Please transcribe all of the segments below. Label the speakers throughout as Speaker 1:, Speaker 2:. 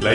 Speaker 1: La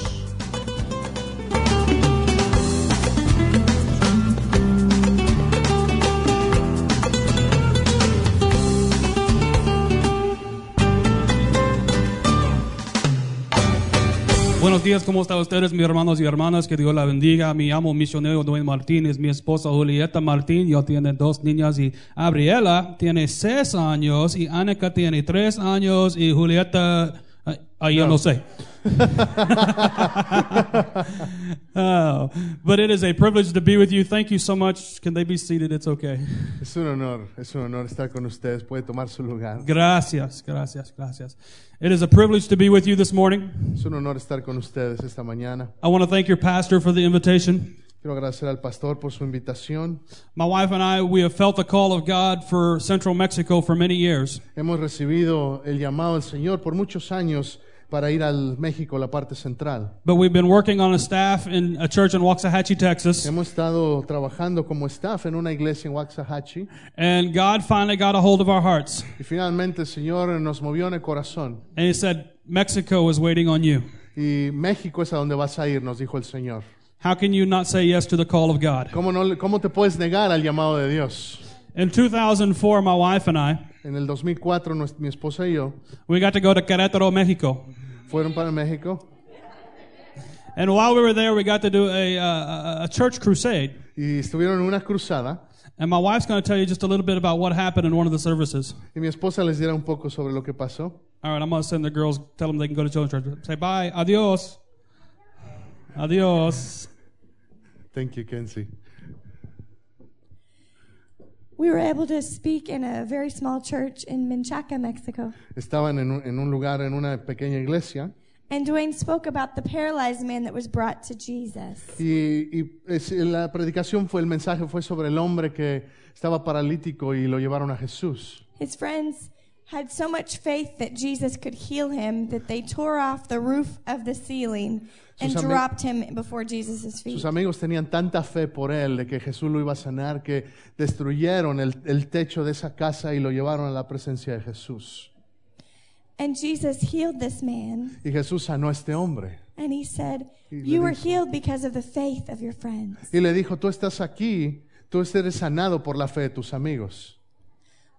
Speaker 2: Buenos días, ¿cómo están ustedes, mis hermanos y hermanas? Que Dios la bendiga. Mi amo misionero Noé Martínez, mi esposa Julieta Martín, yo tiene dos niñas y Gabriela tiene seis años y Annika tiene tres años y Julieta, ah, ah, yo no sé. oh, but it is a privilege to be with you. Thank you so much. Can they be seated? It's okay.
Speaker 3: Es un honor, es un honor estar con ustedes. Puede tomar su lugar.
Speaker 2: Gracias, gracias, gracias. It is a privilege to be with you this morning.
Speaker 3: Es un honor estar con ustedes esta mañana.
Speaker 2: I want to thank your pastor for the invitation.
Speaker 3: Quiero agradecer al pastor por su invitación.
Speaker 2: My wife and I, we have felt the call of God for Central Mexico for many years.
Speaker 3: Hemos recibido el llamado del Señor por muchos años para ir al México, la parte central.
Speaker 2: But we've been working on a staff in a church in Waxahachie, Texas.
Speaker 3: Hemos estado trabajando como staff en una iglesia en Waxahachie
Speaker 2: And God finally got a hold of our hearts.
Speaker 3: y finalmente el Señor nos movió en el corazón.
Speaker 2: And He said, Mexico is waiting on you.
Speaker 3: Y México es a donde vas a ir, nos dijo el Señor.
Speaker 2: How can you not say yes to the call of God?
Speaker 3: ¿Cómo, no, le- cómo te puedes negar al llamado de Dios?
Speaker 2: In 2004, my wife and I,
Speaker 3: En el 2004 nues- mi esposa y yo
Speaker 2: we got to go to Querétaro, Mexico.
Speaker 3: fueron para México
Speaker 2: And while we were there, we got to do a, uh, a- a church crusade.
Speaker 3: y estuvieron en una cruzada.
Speaker 2: And my wife's going to tell you just a little bit about what happened in one of the services.
Speaker 3: Y mi esposa les diera un poco sobre lo que pasó.
Speaker 2: All right, I'm going to send the girls, tell them they can go to children's church. Say bye, adios. Adios.
Speaker 3: Thank you, Kenzie.
Speaker 4: We were able to speak in a very small church in Menchaca, Mexico.
Speaker 3: Estaban en un, en un lugar, en una pequeña iglesia,
Speaker 4: And Dwayne spoke about the paralyzed man that was brought to Jesus.
Speaker 3: y, y es- la predicación fue, el mensaje fue sobre el hombre que estaba paralítico y lo llevaron a Jesús.
Speaker 4: His friends had so much faith that Jesus could heal him that they tore off the roof of the ceiling and
Speaker 3: Sus ami-
Speaker 4: dropped him before Jesus' feet.
Speaker 3: Sus amigos tenían tanta fe por él, de que Jesús lo iba a sanar, que destruyeron el, el techo de esa casa y lo llevaron a la presencia de Jesús.
Speaker 4: And Jesus healed this man.
Speaker 3: Y Jesús sanó a este hombre.
Speaker 4: And he said,
Speaker 3: Y le
Speaker 4: You were
Speaker 3: dijo-
Speaker 4: healed because of the faith of your friends.
Speaker 3: Y le dijo, tú estás aquí, tú eres sanado por la fe de tus amigos.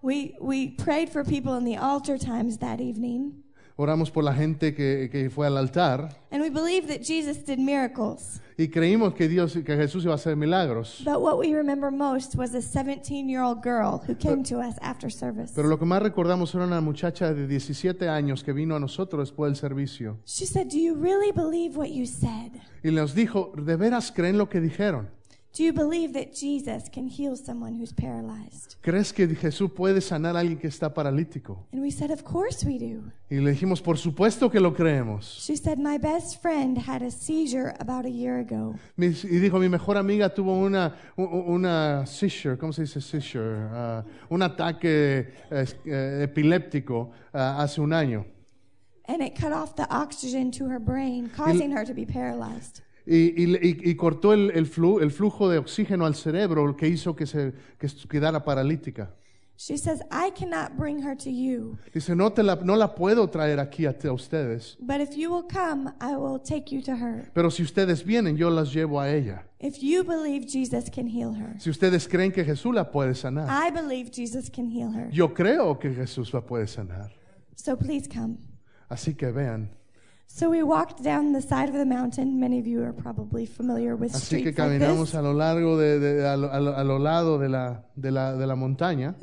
Speaker 4: We, we prayed for people in the altar times that evening.
Speaker 3: Oramos por la gente que, que fue al altar
Speaker 4: And we believed that Jesus did miracles.
Speaker 3: y creímos que Dios, que Jesús iba a hacer milagros.
Speaker 4: But what we remember most was a 17 year old girl who came to us after service.
Speaker 3: Pero lo que más recordamos era una muchacha de 17 años que vino a nosotros después del servicio
Speaker 4: She said, Do you really believe what you said?
Speaker 3: y nos dijo, ¿de veras creen lo que dijeron?
Speaker 4: Do you believe that Jesus can heal someone who's paralyzed?
Speaker 3: ¿Crees que Jesús puede sanar a alguien que está paralítico?
Speaker 4: And we said, Of course we do.
Speaker 3: Y le dijimos, por supuesto que lo creemos.
Speaker 4: She said, My best friend had a seizure about a year ago.
Speaker 3: Mis- Y dijo, mi mejor amiga tuvo una, u- u- una seizure, ¿cómo se dice seizure? Ah, un ataque es- eh, epiléptico ah, hace un año.
Speaker 4: And it cut off the oxygen to her brain, causing her to be paralyzed.
Speaker 3: Y, y le- y- y cortó el, el flu- el flujo de oxígeno al cerebro, lo que hizo que se que est- quedara paralítica.
Speaker 4: She says, I cannot bring her to you,
Speaker 3: Dice, no, te la, no la puedo traer aquí a, a ustedes,
Speaker 4: but if you will come, I will take you to her.
Speaker 3: pero si ustedes vienen, yo las llevo a ella.
Speaker 4: If you believe Jesus can heal her,
Speaker 3: Si ustedes creen que Jesús la puede sanar,
Speaker 4: I believe Jesus can heal her.
Speaker 3: yo creo que Jesús la puede sanar.
Speaker 4: So please come.
Speaker 3: Así que vean.
Speaker 4: So we walked down the side of the mountain. Many of you are probably familiar with
Speaker 3: Así que
Speaker 4: streets like this.
Speaker 3: caminamos a lo largo, de, de- a, lo, a lo- a lo lado de la, de, la, de la montaña,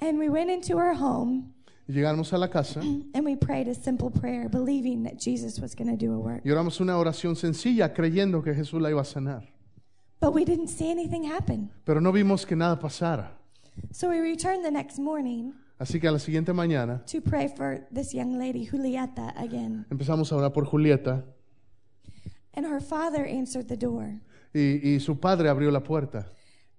Speaker 4: And we went into our home
Speaker 3: y llegamos a la casa
Speaker 4: and we prayed a simple prayer, believing that Jesus was going to do a work.
Speaker 3: y oramos una oración sencilla creyendo que Jesús la iba a sanar.
Speaker 4: But we didn't see anything happen.
Speaker 3: Pero no vimos que nada pasara.
Speaker 4: So we returned the next morning
Speaker 3: Así que a la siguiente mañana
Speaker 4: to pray for this young lady, Julieta, again.
Speaker 3: empezamos a orar por Julieta
Speaker 4: And her father answered the door.
Speaker 3: y, y su padre abrió la puerta.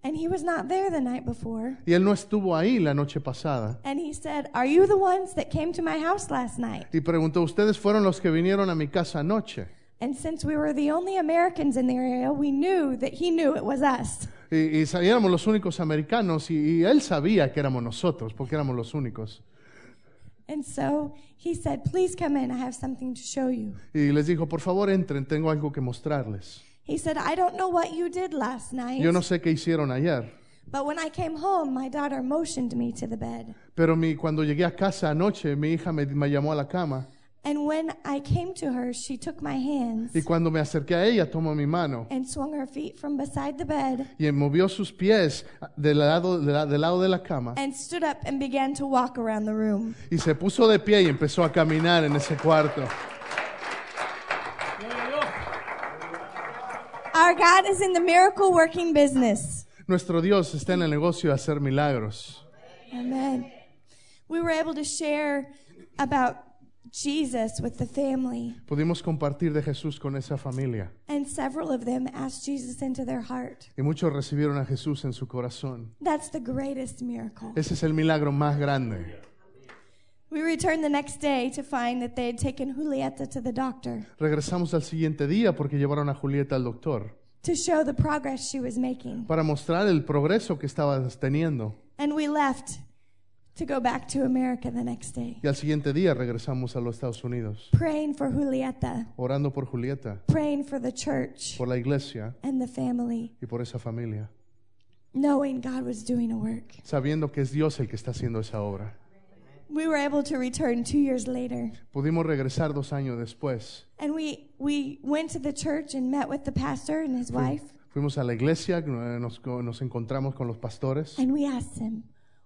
Speaker 4: And he was not there the night before.
Speaker 3: Y él no estuvo ahí la noche pasada.
Speaker 4: And he said, Are you the ones that came to my house last night?
Speaker 3: Y preguntó, ¿ustedes fueron los que vinieron a mi casa anoche?
Speaker 4: And since we were the only Americans in the area, we knew that he knew it was us.
Speaker 3: Y, y sa- y éramos los únicos americanos y, y él sabía que éramos nosotros porque éramos los únicos.
Speaker 4: And so he said, Please come in. I have something to show you.
Speaker 3: Y les dijo, por favor entren, tengo algo que mostrarles.
Speaker 4: He said, I don't know what you did last night,
Speaker 3: Yo no sé qué hicieron ayer,
Speaker 4: but when I came home, my daughter motioned me to the bed.
Speaker 3: pero mi, cuando llegué a casa anoche, mi hija me, me llamó a la cama
Speaker 4: And when I came to her, she took my hands
Speaker 3: y cuando me acerqué a ella tomó mi mano
Speaker 4: and swung her feet from beside the bed
Speaker 3: y movió sus pies del lado de la- del lado de la cama
Speaker 4: and stood up and began to walk around the room.
Speaker 3: y se puso de pie y empezó a caminar en ese cuarto.
Speaker 4: Our God is in the miracle working business.
Speaker 3: Nuestro Dios está en el negocio de hacer milagros.
Speaker 4: Amen. We were able to share about Jesus with the family,
Speaker 3: Pudimos compartir de Jesús con esa familia
Speaker 4: and several of them asked Jesus into their heart.
Speaker 3: y muchos recibieron a Jesús en su corazón.
Speaker 4: That's the greatest miracle.
Speaker 3: Ese es el milagro más grande.
Speaker 4: We returned the next day to find that they had taken Julieta to the doctor
Speaker 3: Regresamos al siguiente día porque llevaron a Julieta al doctor
Speaker 4: to show the progress she was making.
Speaker 3: para mostrar el progreso que estaba teniendo.
Speaker 4: And we left to go back to America the next day,
Speaker 3: Y al siguiente día regresamos a los Estados Unidos,
Speaker 4: praying for Julieta,
Speaker 3: orando por Julieta,
Speaker 4: praying for the church
Speaker 3: por la iglesia
Speaker 4: and the family,
Speaker 3: y por esa familia,
Speaker 4: knowing God was doing a work.
Speaker 3: sabiendo que es Dios el que está haciendo esa obra.
Speaker 4: We were able to return two years later.
Speaker 3: Pudimos regresar dos años después.
Speaker 4: And we, we went to the church and met with the pastor and his wife,
Speaker 3: Fuimos a la iglesia, eh, nos, nos encontramos con los pastores
Speaker 4: and we asked him,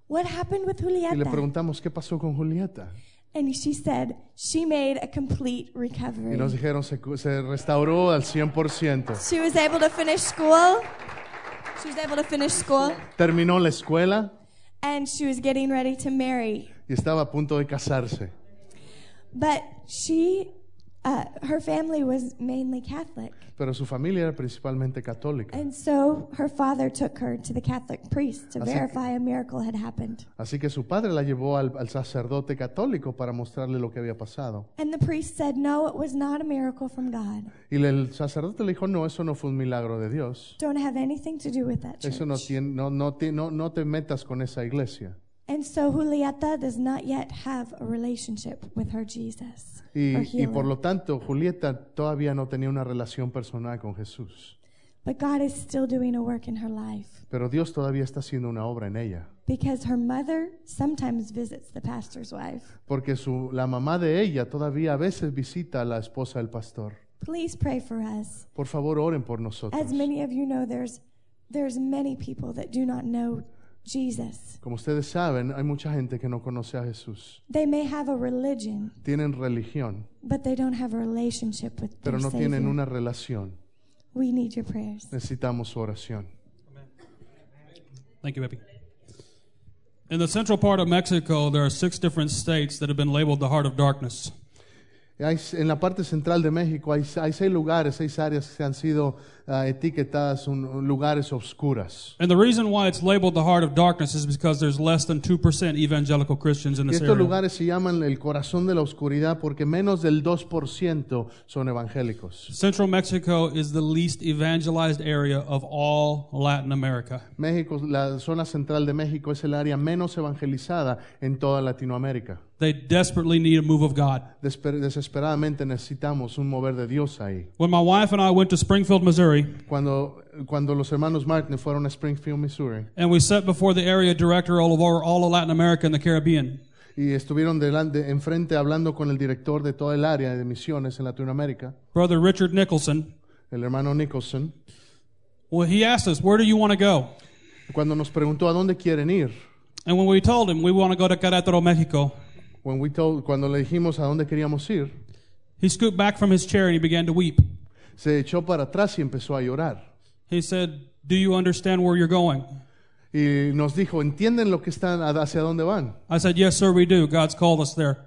Speaker 4: What happened with
Speaker 3: y le
Speaker 4: Julieta?
Speaker 3: preguntamos qué pasó con Julieta.
Speaker 4: And she said, She made a complete
Speaker 3: Y
Speaker 4: recovery.
Speaker 3: nos dijeron, se, cu- se restauró al 100%.
Speaker 4: She was able to finish school. She was able to finish school.
Speaker 3: Terminó la escuela
Speaker 4: And she was getting ready to marry.
Speaker 3: y estaba a punto de casarse.
Speaker 4: But she, uh, her family was mainly Catholic.
Speaker 3: Pero su familia era principalmente católica.
Speaker 4: And so her father took her to the Catholic priest to
Speaker 3: Así que-
Speaker 4: verify a miracle had happened.
Speaker 3: Así que su padre la llevó al, al sacerdote católico para mostrarle lo que había pasado.
Speaker 4: And the priest said, No, it was not a miracle from God.
Speaker 3: Y le- el sacerdote le dijo, no, eso no fue un milagro de Dios.
Speaker 4: Don't have anything to do with that church.
Speaker 3: Eso no, tiene, no, no, ti- no, no te metas con esa iglesia.
Speaker 4: And so Julieta does not yet have a relationship with her Jesus.
Speaker 3: Y,
Speaker 4: her
Speaker 3: y por
Speaker 4: healer.
Speaker 3: lo tanto, Julieta todavía no tenía una relación personal con Jesús.
Speaker 4: But God is still doing a work in her life
Speaker 3: Pero Dios todavía está haciendo una obra en ella.
Speaker 4: because her mother sometimes visits the pastor's wife.
Speaker 3: Porque su, la mamá de ella todavía a veces visita a la esposa del pastor.
Speaker 4: Please pray for us.
Speaker 3: Por favor, oren por nosotros.
Speaker 4: As many of you know, there's there's many people that do not know Jesus.
Speaker 3: Como ustedes saben, hay mucha gente que no conoce a Jesús.
Speaker 4: They may have a religion,
Speaker 3: Tienen religión,
Speaker 4: but they don't have a relationship with
Speaker 3: pero
Speaker 4: their
Speaker 3: no
Speaker 4: Savior.
Speaker 3: tienen una relación.
Speaker 4: We need your prayers.
Speaker 3: Necesitamos su oración.
Speaker 2: Thank you, Epi. In the central part of Mexico, there are six different states that have been labeled the heart of darkness.
Speaker 3: Hay- en la parte central de México hay, hay seis lugares, seis áreas que han sido ah, etiquetadas un- un lugares obscuras.
Speaker 2: And the reason why it's labeled the heart of darkness is because there's less than 2% evangelical Christians in
Speaker 3: Y
Speaker 2: this
Speaker 3: estos
Speaker 2: area.
Speaker 3: lugares se llaman el corazón de la oscuridad porque menos del 2% son evangélicos.
Speaker 2: Central Mexico is the least evangelized area of all Latin America.
Speaker 3: México, la zona central de México es el área menos evangelizada en toda Latinoamérica.
Speaker 2: They desperately need a move of God.
Speaker 3: Desper- desesperadamente necesitamos un mover de Dios ahí.
Speaker 2: When my wife and I went to Springfield, Missouri,
Speaker 3: Cuando, cuando los hermanos Martin fueron a Springfield, Missouri,
Speaker 2: and we sat before the area director all over all of Latin America and the Caribbean,
Speaker 3: y estuvieron delante, enfrente hablando con el director de toda el área de misiones en Latinoamérica,
Speaker 2: Brother Richard Nicholson,
Speaker 3: el hermano Nicholson,
Speaker 2: well, he asked us, Where do you want to go?
Speaker 3: cuando nos preguntó a dónde quieren ir,
Speaker 2: And when we told him we want to go to Querétaro, Mexico,
Speaker 3: when we told- cuando le dijimos a dónde queríamos ir,
Speaker 2: he scooped back from his chair and he began to weep.
Speaker 3: se echó para atrás y empezó a llorar.
Speaker 2: He said, Do you understand where you're going?
Speaker 3: Y nos dijo, ¿entienden lo que están, hacia dónde van?
Speaker 2: I said, Yes, sir, we do. God's called us there.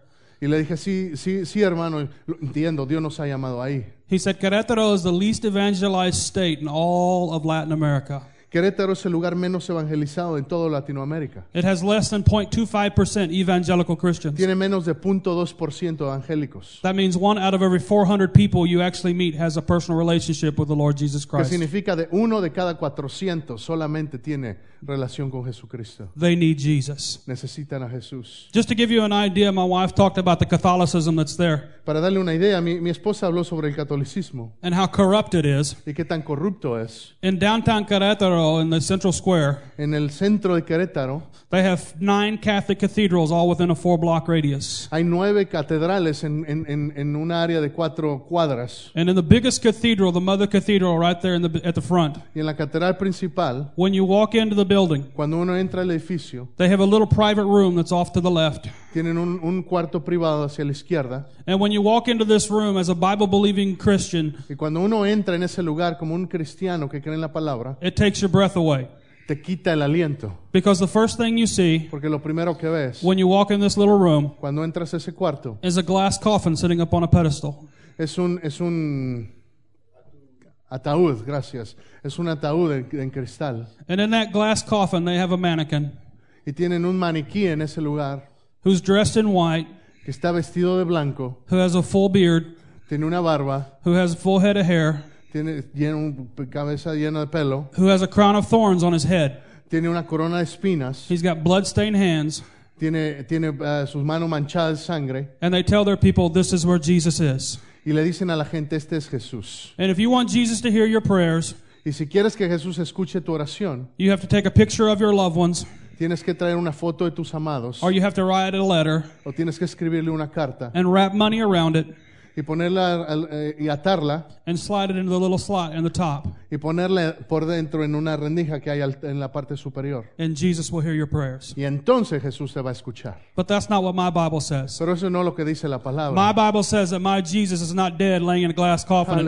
Speaker 3: Y le dije, sí, sí, sí, hermano, lo entiendo, Dios nos ha llamado ahí.
Speaker 2: He said, Querétaro is the least evangelized state in all of Latin America.
Speaker 3: Querétaro es el lugar menos evangelizado en toda Latinoamérica.
Speaker 2: It has less than 0.25% evangelical Christians.
Speaker 3: Tiene menos de 0.2% evangélicos.
Speaker 2: That means one out of every 400 people you actually meet has a personal relationship with the Lord Jesus
Speaker 3: Que
Speaker 2: Christ.
Speaker 3: significa de uno de cada 400 solamente tiene relación con Jesucristo.
Speaker 2: They need Jesus.
Speaker 3: Necesitan a Jesús.
Speaker 2: Just to give you an idea, my wife talked about the Catholicism that's there
Speaker 3: Para darle una idea, mi, mi esposa habló sobre el catolicismo
Speaker 2: and how corrupt it is.
Speaker 3: y qué tan corrupto es.
Speaker 2: In downtown Querétaro, in the central square,
Speaker 3: En el centro de Querétaro
Speaker 2: they have nine Catholic cathedrals all within a four block radius.
Speaker 3: hay nueve catedrales en, en, en, en un área de cuatro cuadras.
Speaker 2: And in the biggest cathedral, the mother cathedral right there in the, at the front,
Speaker 3: Y en la catedral principal,
Speaker 2: when you walk into the building,
Speaker 3: cuando uno entra al edificio,
Speaker 2: they have a little private room that's off to the left.
Speaker 3: tienen un, un cuarto privado hacia la izquierda.
Speaker 2: And when you walk into this room as a Bible believing Christian,
Speaker 3: Y cuando uno entra en ese lugar como un cristiano que cree en la palabra,
Speaker 2: it takes your breath away.
Speaker 3: te quita el aliento.
Speaker 2: Because the first thing you see
Speaker 3: Porque lo primero que ves
Speaker 2: when you walk in this little room
Speaker 3: cuando entras a ese cuarto
Speaker 2: is a glass coffin sitting up on a pedestal.
Speaker 3: es un, es un ataúd, gracias. Es un ataúd en, en cristal.
Speaker 2: And in that glass coffin, they have a mannequin
Speaker 3: Y tienen un maniquí en ese lugar
Speaker 2: who's dressed in white,
Speaker 3: que está vestido de blanco,
Speaker 2: who has a full beard,
Speaker 3: tiene una barba,
Speaker 2: who has a full head of hair,
Speaker 3: tiene llena- un- cabeza llena de pelo,
Speaker 2: who has a crown of thorns on his head.
Speaker 3: tiene una corona de espinas,
Speaker 2: He's got bloodstained hands,
Speaker 3: tiene, tiene eh, sus manos manchadas de sangre.
Speaker 2: and they tell their people this is where Jesus is.
Speaker 3: Y le dicen a la gente, este es Jesús.
Speaker 2: And if you want Jesus to hear your prayers,
Speaker 3: Y si quieres que Jesús escuche tu oración,
Speaker 2: you have to take a picture of your loved ones,
Speaker 3: tienes que traer una foto de tus amados
Speaker 2: or you have to write a letter
Speaker 3: o tienes que escribirle una carta
Speaker 2: and wrap money around it
Speaker 3: y ponerla al- eh, y atarla
Speaker 2: and slide it into the little slot in the top,
Speaker 3: y ponerla por dentro en una rendija que hay al- en la parte superior.
Speaker 2: and Jesus will hear your prayers.
Speaker 3: Y entonces Jesús te va a escuchar.
Speaker 2: But that's not what my Bible says.
Speaker 3: Pero eso no es lo que dice la palabra.
Speaker 2: My Bible says that my Jesus is not dead laying in a glass coffin in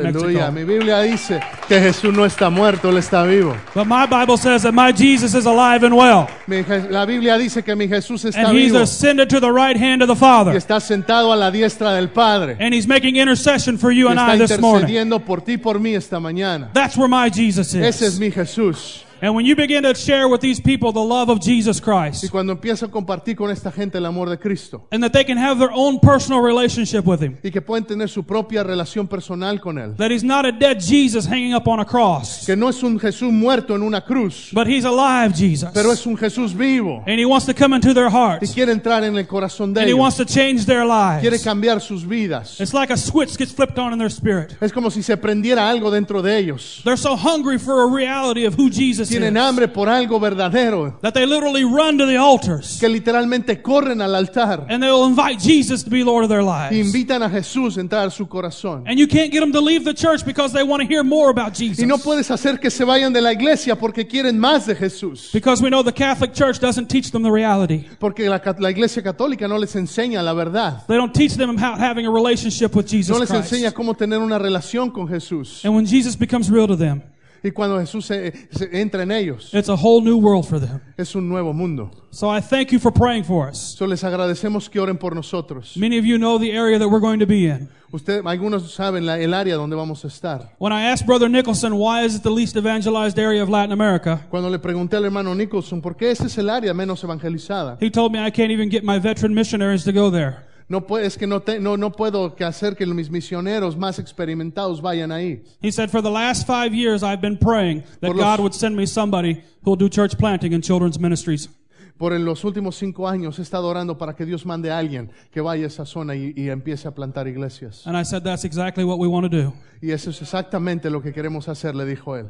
Speaker 2: Mexico.
Speaker 3: Aleluya. Mi Biblia dice que Jesús no está muerto, Él está vivo.
Speaker 2: But my Bible says that my Jesus is alive and well.
Speaker 3: Mi Je- la Biblia dice que mi Jesús está
Speaker 2: And he's
Speaker 3: vivo
Speaker 2: ascended to the right hand of the
Speaker 3: y
Speaker 2: Father.
Speaker 3: está sentado a la diestra del Padre.
Speaker 2: And he's making intercession for you
Speaker 3: Y
Speaker 2: and
Speaker 3: está
Speaker 2: I this morning.
Speaker 3: intercediendo por ti y por mí esta mañana.
Speaker 2: That's where my Jesus
Speaker 3: Ese es
Speaker 2: is.
Speaker 3: mi Jesús.
Speaker 2: And when you begin to share with these people the love of Jesus
Speaker 3: Y
Speaker 2: Christ,
Speaker 3: cuando empiezo a compartir con esta gente el amor de Cristo
Speaker 2: and that they can have their own personal relationship with him,
Speaker 3: y que pueden tener su propia relación personal con Él,
Speaker 2: that he's not a dead Jesus hanging up on a cross,
Speaker 3: que no es un Jesús muerto en una cruz,
Speaker 2: but he's alive Jesus.
Speaker 3: pero es un Jesús vivo.
Speaker 2: And he wants to come into their
Speaker 3: y
Speaker 2: hearts.
Speaker 3: quiere entrar en el corazón de
Speaker 2: And he
Speaker 3: ellos,
Speaker 2: wants to change their
Speaker 3: quiere
Speaker 2: lives.
Speaker 3: cambiar sus vidas.
Speaker 2: It's like a switch gets flipped on in their spirit.
Speaker 3: Es como si se prendiera algo dentro de ellos.
Speaker 2: They're so hungry for a reality of who Jesus is
Speaker 3: Tienen hambre por algo verdadero,
Speaker 2: that they literally run to the altars
Speaker 3: que literalmente corren al altar
Speaker 2: and they'll invite Jesus to be Lord of their
Speaker 3: e
Speaker 2: lives.
Speaker 3: invitan a Jesús a entrar a su corazón.
Speaker 2: And you can't get them to leave the church because they want to hear more about Jesus.
Speaker 3: Y no puedes hacer que se vayan de la iglesia porque quieren más de Jesús.
Speaker 2: Because we know the Catholic Church doesn't teach them the reality.
Speaker 3: Porque la, ca- la iglesia católica no les enseña la verdad.
Speaker 2: They don't teach them how having a relationship with Jesus
Speaker 3: No les
Speaker 2: Christ.
Speaker 3: enseña cómo tener una relación con Jesús.
Speaker 2: And when Jesus becomes real to them,
Speaker 3: Y cuando Jesús se- se entra en ellos,
Speaker 2: it's a whole new world for them.
Speaker 3: es un nuevo mundo.
Speaker 2: So I thank you for praying for us.
Speaker 3: So les agradecemos que oren por nosotros.
Speaker 2: Many of you know the area that we're going to be in.
Speaker 3: Usted, algunos saben la- el área donde vamos a estar.
Speaker 2: When I asked Brother Nicholson why is it the least evangelized area of Latin America,
Speaker 3: Cuando le pregunté al hermano Nicholson por qué ese es el área menos evangelizada,
Speaker 2: He told me I can't even get my veteran missionaries to go there.
Speaker 3: no puede- es que no, te- no, no puedo que hacer que mis misioneros más experimentados vayan ahí.
Speaker 2: He said, For the last five years, I've been praying that
Speaker 3: Por los-
Speaker 2: God would send me somebody who'll do church planting and children's ministries.
Speaker 3: Por en los últimos cinco años he estado orando para que Dios mande a alguien que vaya a esa zona y, y empiece a plantar iglesias.
Speaker 2: And I said, That's exactly what we want to do.
Speaker 3: Y eso es exactamente lo que queremos hacer, le dijo él.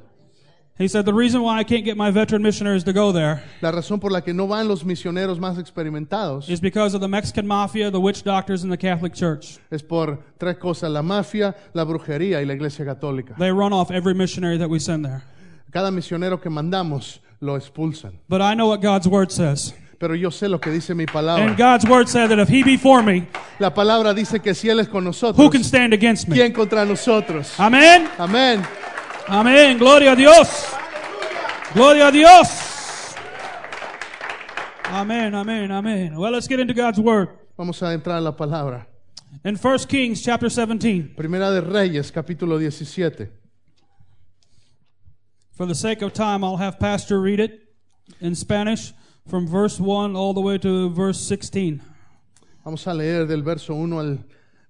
Speaker 2: He said, The reason why I can't get my veteran missionaries to go there
Speaker 3: La razón por la que no van los misioneros más experimentados
Speaker 2: is because of the Mexican mafia, the witch doctors, and the Catholic Church.
Speaker 3: es por tres cosas, la mafia, la brujería y la iglesia católica.
Speaker 2: They run off every missionary that we send there.
Speaker 3: Cada misionero que mandamos lo expulsan.
Speaker 2: But I know what God's word says.
Speaker 3: Pero yo sé lo que dice mi
Speaker 2: And
Speaker 3: palabra.
Speaker 2: God's word said that if He be for me,
Speaker 3: La palabra dice que si Él es
Speaker 2: who can
Speaker 3: con nosotros,
Speaker 2: stand against me?
Speaker 3: ¿quién contra nosotros?
Speaker 2: Amen.
Speaker 3: Amén.
Speaker 2: Amén. Gloria a Dios. Gloria a Dios. Amen, amen, amen. Well, let's get into God's word.
Speaker 3: Vamos a entrar a la palabra.
Speaker 2: In 1 Kings chapter 17.
Speaker 3: Primera de Reyes, capítulo 17.
Speaker 2: For the sake of time, I'll have Pastor read it in Spanish from verse 1 all the way to verse 16.
Speaker 3: Vamos a leer del verso 1 al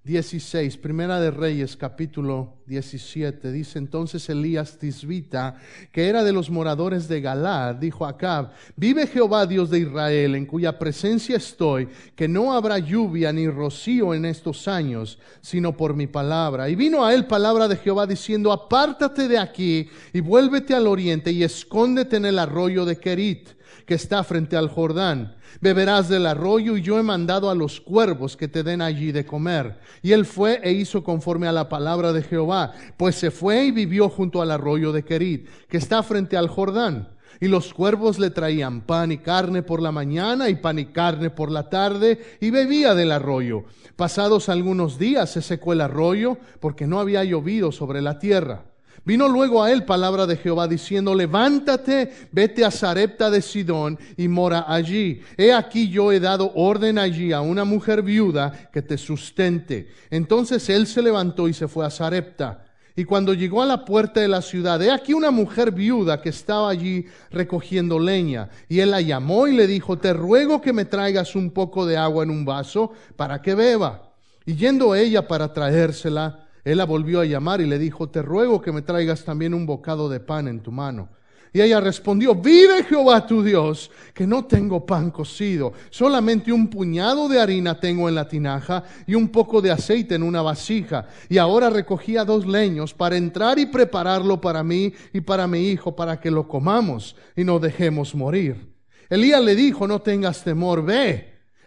Speaker 3: 16, Primera de Reyes, capítulo 17. Dice entonces Elías Tisbita, que era de los moradores de Galad, dijo a Acab, vive Jehová Dios de Israel, en cuya presencia estoy, que no habrá lluvia ni rocío en estos años, sino por mi palabra. Y vino a él palabra de Jehová diciendo, apártate de aquí y vuélvete al oriente y escóndete en el arroyo de Kerit que está frente al Jordán. Beberás del arroyo y yo he mandado a los cuervos que te den allí de comer. Y él fue e hizo conforme a la palabra de Jehová, pues se fue y vivió junto al arroyo de Querid, que está frente al Jordán. Y los cuervos le traían pan y carne por la mañana y pan y carne por la tarde, y bebía del arroyo. Pasados algunos días se secó el arroyo, porque no había llovido sobre la tierra. Vino luego a él palabra de Jehová diciendo, levántate, vete a Sarepta de Sidón y mora allí. He aquí yo he dado orden allí a una mujer viuda que te sustente. Entonces él se levantó y se fue a Sarepta. Y cuando llegó a la puerta de la ciudad, he aquí una mujer viuda que estaba allí recogiendo leña. Y él la llamó y le dijo, te ruego que me traigas un poco de agua en un vaso para que beba. Y yendo ella para traérsela, él la volvió a llamar y le dijo, te ruego que me traigas también un bocado de pan en tu mano. Y ella respondió, vive Jehová tu Dios, que no tengo pan cocido, solamente un puñado de harina tengo en la tinaja y un poco de aceite en una vasija. Y ahora recogía dos leños para entrar y prepararlo para mí y para mi hijo, para que lo comamos y no dejemos morir. Elías le dijo, no tengas temor, ve.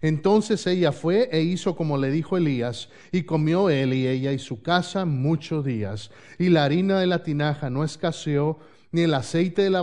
Speaker 3: Entonces ella fue e hizo como le dijo Elías, y comió él y ella y su casa muchos días. Y la harina de la tinaja no escaseó, ni el aceite de la